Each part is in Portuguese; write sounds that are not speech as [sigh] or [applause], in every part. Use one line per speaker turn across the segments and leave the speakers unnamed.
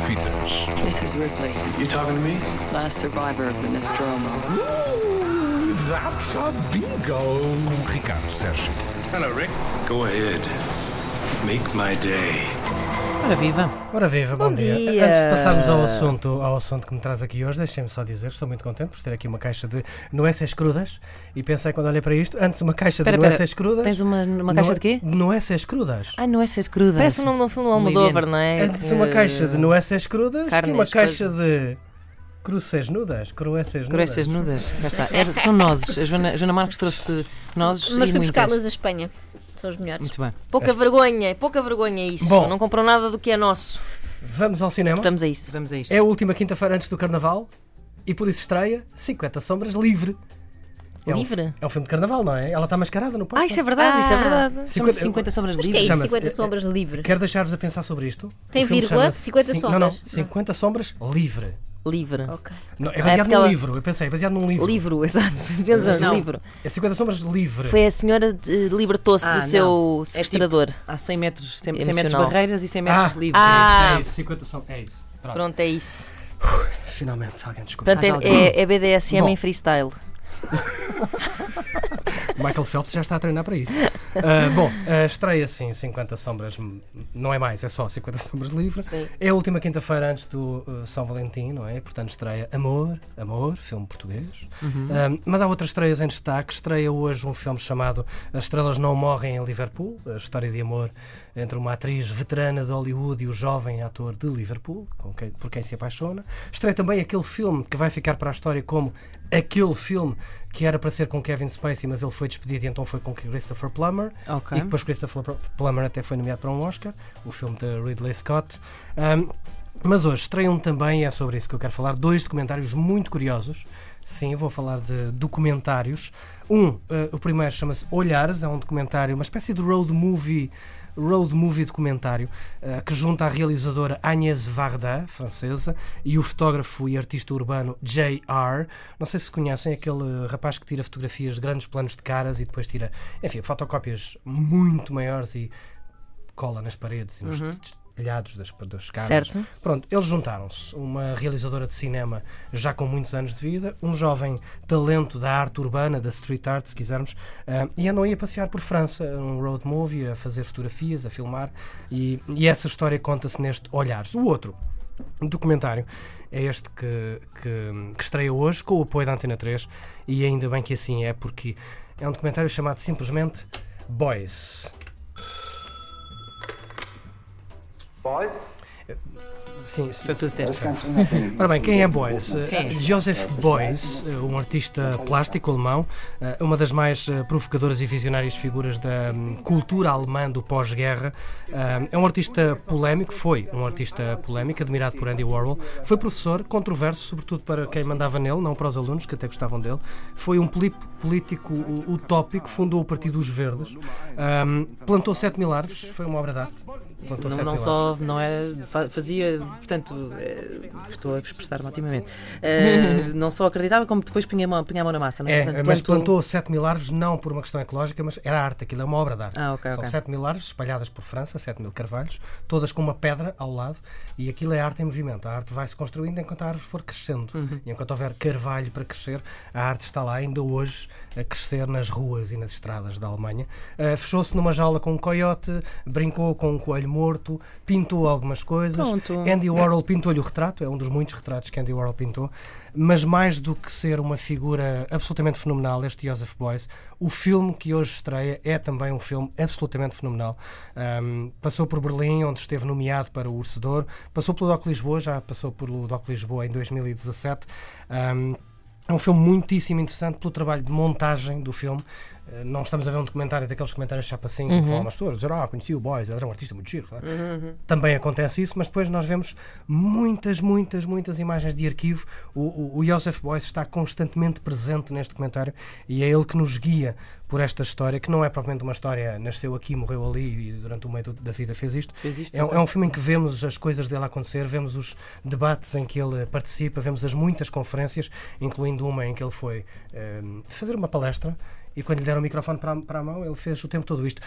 Fitas.
This is Ripley,
You talking to me?
last survivor of the Nostromo.
That's a bingo.
um
Com Ricardo Sérgio.
Go ahead. Make my day.
Ora viva!
Ora viva, bom,
Bom
dia.
dia.
Antes de passarmos ao assunto, ao assunto que me traz aqui hoje, deixem-me só dizer que estou muito contente por ter aqui uma caixa de noessas crudas e pensei quando olhei para isto, antes uma caixa
Espera,
de
espera.
noessas crudas.
Tens uma- uma caixa de quê?
Noessas crudas.
Ai, não Eh, é ser cruda.
Parece o nome de um filme do
Muito
Almodóvar,
bem.
não é?
antes uma caixa de noessas crudas e uma
carnes,
caixa de cruces nudas, cruessas nudas.
Cruestas nudas, cá está. É, são nozes. A Joana, a Joana Marques trouxe nozes
Mas
e
fui
muitas.
buscá-las da Espanha. São as melhores.
Muito bem. Pouca
é
vergonha, pouca vergonha isso.
Bom.
Não comprou nada do que é nosso.
Vamos ao cinema.
Vamos a isso. Vamos a isto.
É a última quinta-feira antes do carnaval e por isso estreia 50 sombras livre. É um-
Livre?
é um filme de carnaval, não é? Ela está mascarada no palco.
Ah, isso é verdade, isso é
Ah.
verdade. Chama-se
50
50 sombras
Que é
livres.
isso,
Chama-se-
50 sombras livre.
Quero deixar-vos a pensar sobre isto.
Tem
O filme
vírgula?
chama-se
50
cin- Não, não,
sombras?
50 sombras livre.
Livre.
Ok.
Não, é
Ah,
baseado
porque
num
ela-
livro, eu pensei, é baseado num
[laughs]
livro.
Livro, exato. Gente,
Não.
Livro.
É 50 sombras livre. É
Foi a senhora eh, libertou-se
Ah,
do
não.
seu
É
sequestrador.
Há 100 metros, 100 metros
Emocional.
barreiras e 100
Ah,
metros livres.
é isso,
Ah.
é isso, 50 sombras. É isso. Pronto.
Pronto, é isso.
Finalmente, alguém descobriu.
Portanto, é,
Faz
é- é BDSM
Bom.
em freestyle.
Michael Phelps já está a treinar para isso. Ah, bom, ah, estreia assim 50 sombras, hum, não é mais, é só 50 sombras livre. É a última quinta-feira antes do ah, São Valentim, não é? Portanto, estreia Amor, Amor, filme português. Ah, mas há outras estreias em destaque. Estreia hoje um filme chamado As Estrelas Não Morrem em Liverpool, a história de amor entre uma atriz veterana de Hollywood e o jovem ator de Liverpool, com quem- por quem se apaixona. Estreia também aquele filme que vai ficar para a história como aquele filme que era para ser com Kevin Spacey, mas ele foi despedido e então foi com Christopher Plummer.
Ok.
E depois Christopher Pl- Plummer até foi nomeado para um Oscar, o filme de Ridley Scott. Ahm, mas hoje estreiam também, e é sobre isso que eu quero falar, dois documentários muito curiosos. Sim, vou falar de documentários. Um, eh, o primeiro chama-se Olhares, é um documentário, uma espécie de road movie road movie documentário eh, que junta a realizadora Agnès Varda, francesa, e o fotógrafo e artista urbano J.R. Não sei se conhecem aquele rapaz que tira fotografias de grandes planos de caras e depois tira, enfim, fotocópias muito maiores e cola nas paredes e nos telhados das, das caras.
Certo.
Pronto, eles juntaram-se. Uma realizadora de cinema já com muitos anos de vida, um jovem talento da arte urbana, da street art, se quisermos, ah, e andam aí a passear por França, um road movie, a fazer fotografias, a filmar, e, e essa história conta-se neste Olhares. O outro documentário é este que, que, que estreia hoje com o apoio da Antena 3, e ainda bem que assim é, porque é um documentário chamado simplesmente Boys. Sim, sim.
Foi o que tu disseste.
Ora bem, quem é Boyce?
Quem é?
Joseph Boyce, eh, um artista plástico alemão, eh, uma das mais eh, provocadoras e visionárias figuras da hum, cultura alemã do pós-guerra. Ah, É um artista polémico, foi um artista polémico, admirado por Andy Warhol. Foi professor, controverso, sobretudo para quem mandava nele, não para os alunos, que até gostavam dele. Foi um poli- político u- utópico, fundou o Partido dos Verdes, Ah, plantou 7 mil árvores, foi uma obra de arte. Plantou
Não,
7
não
mil
só, não era, fa- fazia, portanto, eh, estou a expressar-me otimamente. Eh, não só acreditava, como depois punha a mão, punha a mão na massa, não é?
É,
Portanto,
mas
plantou-
plantou 7 mil árvores não por uma questão ecológica, mas era arte, aquilo é uma obra de arte.
Ah, ok,
São
ok.
7 mil árvores espalhadas por França, 7 mil carvalhos, todas com uma pedra ao lado, e aquilo é arte em movimento. A arte vai se construindo enquanto a árvore for crescendo.
Uhum.
E enquanto houver carvalho para crescer, a arte está lá ainda hoje a crescer nas ruas e nas estradas da Alemanha. Ah, Fechou-se numa jaula com um coiote, brincou com um coelho morto, pintou algumas coisas.
Pronto.
Andy Warhol pintou-lhe o retrato, é um dos muitos retratos que Andy Warhol pintou, mas mais do que ser uma figura absolutamente fenomenal, este Joseph Beuys, o filme que hoje estreia é também um filme absolutamente fenomenal. Ahm, passou por Berlim, onde esteve nomeado para o Urso de Ouro, passou pelo Doc Lisboa, já passou pelo Doc Lisboa em 2017. Ahm, é um filme muitíssimo interessante pelo trabalho de montagem do filme. Eh, Não estamos a ver um documentário daqueles comentários chapa 5
Uhum.
que falam umas pessoas, dizer, ah, conheci o Boys, ele era um artista muito giro. sabe? Também acontece isso, mas depois nós vemos muitas, muitas, muitas imagens de arquivo. O, o, o Joseph Boyce está constantemente presente neste documentário e é ele que nos guia por esta história, que não é propriamente uma história nasceu aqui, morreu ali e durante o meio do- da vida fez isto.
Fez isto,
é, um- é um filme em que vemos as coisas dele acontecer, vemos os debates em que ele participa, vemos as muitas conferências, incluindo uma em que ele foi eh, ehm, fazer uma palestra E quando lhe deram o microfone para, a- para a mão, ele fez o tempo todo isto.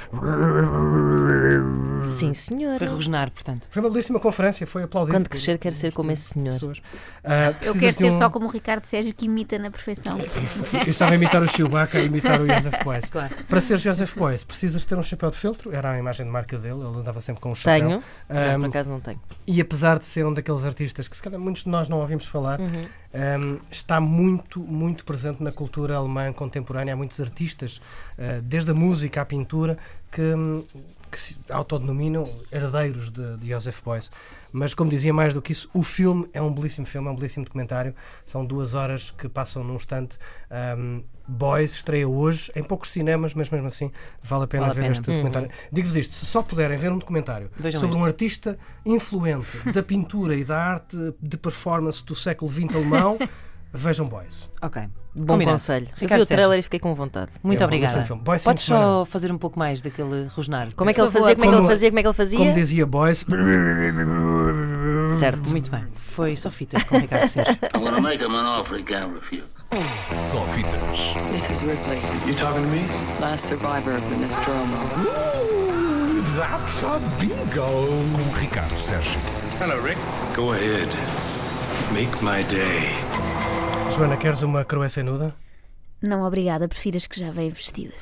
Sim, senhora.
Para rosnar, portanto.
Foi uma belíssima conferência, foi aplaudido.
Quando
por
crescer, quero ser como esse senhor.
pessoas. Ah,
Eu
precisas
quero
de
ser
um-
só como o Ricardo Sérgio que imita na perfeição.
Eu estava a imitar o Chewbacca, a
[laughs]
imitar o Joseph Boyce.
Claro.
Para ser Joseph Boyce, precisas ter um chapéu de filtro. Era a imagem de marca dele, ele andava sempre com um chapéu.
Tenho.
Ah,
Não, por acaso não tenho.
E apesar de ser um daqueles artistas que se calhar muitos de nós não ouvimos falar,
Uhum.
um, está muito, muito presente na cultura alemã contemporânea. Há muitos artistas, uh, desde a música à pintura, que, um, que se autodenominam herdeiros de, de Joseph Beuys. Mas, como dizia, mais do que isso, o filme é um belíssimo filme, é um belíssimo documentário. São duas horas que passam num instante. Um, Boys estreia hoje em poucos cinemas, mas mesmo assim vale a pena
Vale a
ver
pena. Uhum.
este documentário. Digo-vos isto: se só puderem ver um documentário
Vejam
sobre um
este.
artista influente da pintura e da arte de performance do século XX alemão, [laughs] vejam Boys.
Ok.
Bom
Combinado.
conselho.
Ricardo
Revi o trailer e fiquei com vontade.
Muito
É um
obrigada.
belíssimo filme. Boy, sim,
Podes só
senhora.
fazer um pouco mais daquele rosnar?
Como é que ele
Por favor.
fazia? Como é que ele
Como-
fazia? Como é que ele
Como
fazia?
dizia Boys,
Certo.
Muito bem. Foi só fitas com o Ricardo Sérgio.
I'm gonna make him an offer he can't refuse.
Só fitas.
This is Ripley,
You talking to me?
last survivor of the Nostromo.
Ooh, that's a bingo.
Com um Ricardo Sérgio.
Hello, Rick. Go ahead. Make my day.
Joana, queres uma croessa nuda?
Não, obrigada, prefiro as que já vêm vestidas.